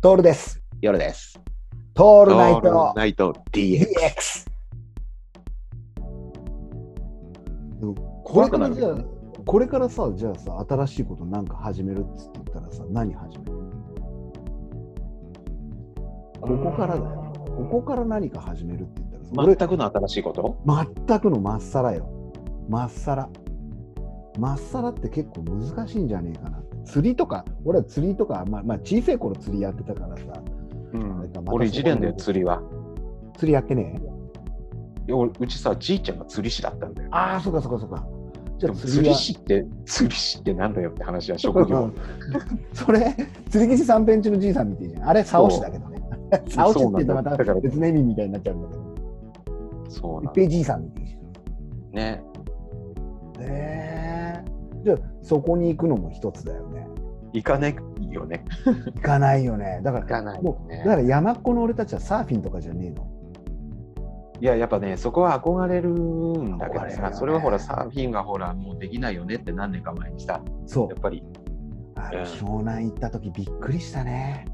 トールです。夜です。トオールナイトナイト DX。 DX。こ怖れくかならるじゃあこれからさ、じゃあさ、新しいことなんか始めるっつって言ったらさ、何始めるここからだよ。ここから何か始めるって言ったらさ、全くの新しいこと俺全くのまっさらよ。まっさら。まっさらって結構難しいんじゃねえかな。釣りとか、俺は釣りとか、まあ、まあ、小さい頃釣りやってたからさ、うん俺一年だよ、釣りは。釣りやってねえいや俺うちさ、じいちゃんが釣り師だったんだよ。ああ、そっかそっかそっか。じでゃあも釣釣りりは師って、釣り師ってなんだよって話は職業。 それ、釣り吉三ペンチのじいさんみたいじゃん。あれ、竿師だけど ね。竿師って言うとまたそうなんだだから別の意味みたいになっちゃうんだけど。そ一うなんだ平じいさんみたいじね。ゃん。へえ。じゃあ、そこに行くのも一つだよね。行かないよね。行かないよね。だか行ら、かないよもう、だかね。ら山っこの俺たちはサーフィンとかじゃねえの。いや、やっぱね、そこは憧れるんだけ憧どれるよさ、ねそれはほら、サーフィンがほら、もうできないよねって何年か前にさ、そやうっ。ぱり、あうんの湘南行った時びっくりしたね。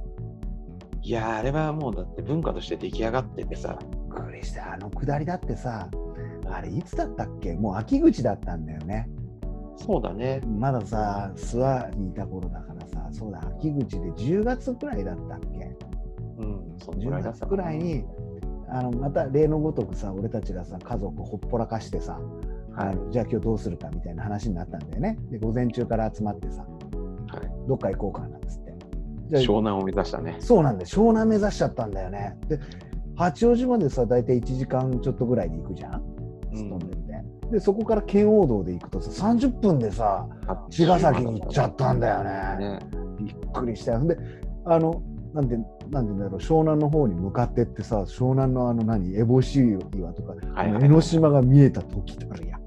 いや、あれはもうだって文化として出来上がっててさ、びっくりした。あの下りだってさ、あれいつだったっけもう秋口だったんだよね。そうだね。まださ、諏訪にいた頃だからさ、そうだ、秋口で10月くらいだったっけうん、そんぐら ?10 いだった月かくならいに、あのまた例のごとくさ、俺たちがさ、家族ほっぽらかしてさ、はあい。のじゃあ今日どうするかみたいな話になったんだよね。で、午前中から集まってさ、はいどっか行こうかなんつって。じゃ湘南を目指したねあ。そうなんだよ、湘南目指しちゃったんだよね。で、八王子までさ、大体1時間ちょっとぐらいで行くじゃん、勤めて。で、そこから圏央道で行くとさ、30分でさ、茅ヶ崎に行っちゃったんだよねね。びっくりしたよ。で、あの、なんて、なんて言うんだろう、湘南の方に向かってってさ、湘南のあの何、エボシ岩とか、はいあはのい江ノ島が見えた時たるやん。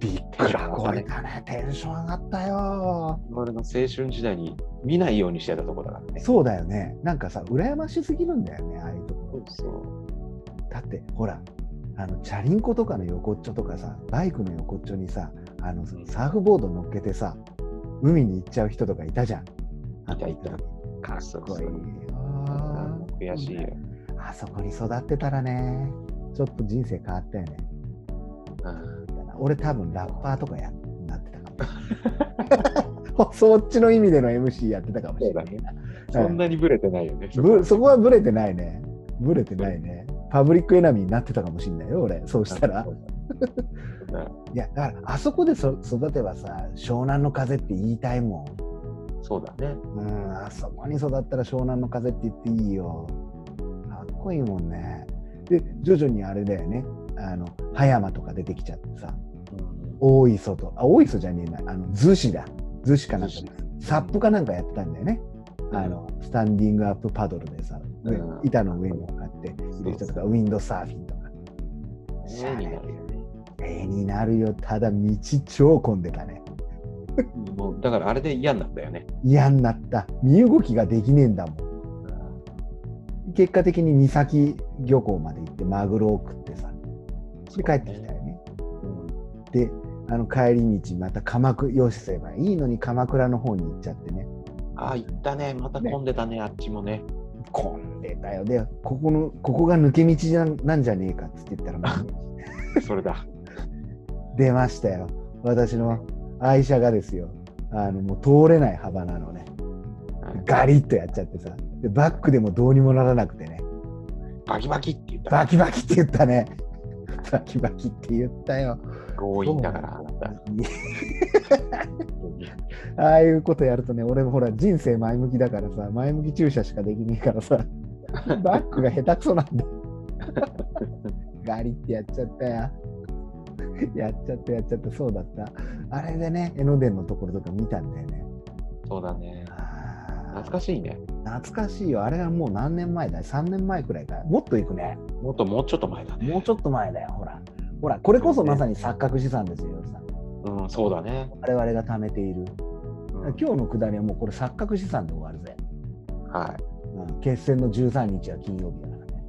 びっテンくシりョン上がったねこれだね、テンション上がったよ。我々の青春時代に見ないようにしてたとこだからね。そうだよね。なんかさ、羨ましすぎるんだよね、ああいうところ。そうだって、ほら、あの、チャリンコとかの横っちょとかさ、バイクの横っちょにさ、あの、んサーフボード乗っけてさ、海に行っちゃう人とかいたじゃん。いたいたかかっっこいいよ。悔しいよ。あそこに育ってたらね、ちょっと人生変わったよね。うん俺多分ラッパーとかやなってたかもしれ ない。そっちの意味での MC やってたかもしれないな。そんなにブレてないよね。ぶそこはブレてないね。ブレてないね。パブリックエナミーになってたかもしれないよ、俺。そうしたら。うんいや、だからあそこでそ育てばさ、湘南の風って言いたいもそうだね。ん。うん、あそこに育ったら湘南の風って言っていいよ。かっこいいもんね。で、徐々にあれだよね。あの、葉山とか出てきちゃってさ。大磯と、あ、大磯じゃねえな、あの、逗子だ。逗子かなんか逗子ね、サップかなんかやってたんだよね。あの、スタンディングアップパドルでさ、上うん板の上に向かっている人とか、ウィンドサーフィンとか。ねえになるよね絵になるよ、ただ道超混んでたね。もうだからあれで嫌になったよね。嫌になった。身動きができねえんだもん。結果的に三崎漁港まで行ってマグロを食ってさ、で帰ってきたよね。うん。で、あの帰り道また鎌倉、よしすればいいのに鎌倉の方に行っちゃってね。ああ、行ったね。また混んでたね、あっちもね。混んでたよでここのここが抜け道じゃんなんじゃねえかっつって言ったらもうそれだ。出ましたよ私の愛車がですよあのもう通れない幅なのねガリッとやっちゃってさでバックでもどうにもならなくてねバキバキって言ったバらキバキって言ったねバキバキって言ったよ強引だから、あなた。ああいうことやるとね俺もほら人生前向きだからさ前向き駐車しかできねえからさ バックが下手くそなんだガリってやっちゃったよやっちゃったやっちゃったそうだったあれでね江ノ電のところとか見たんだよね そうだね。あ懐ーかしいね。懐かしいよあれはもう何年前だ3年前くらいかもっといくねもっともうちょっと前だね。もうちょっと前だよほらほらこれこそまさに錯覚資産ですよさうん、そうだね。我々が貯めているうん今日のくだりはもうこれ錯覚資産で終わるぜはい。うん決戦の13日は金曜日だからね。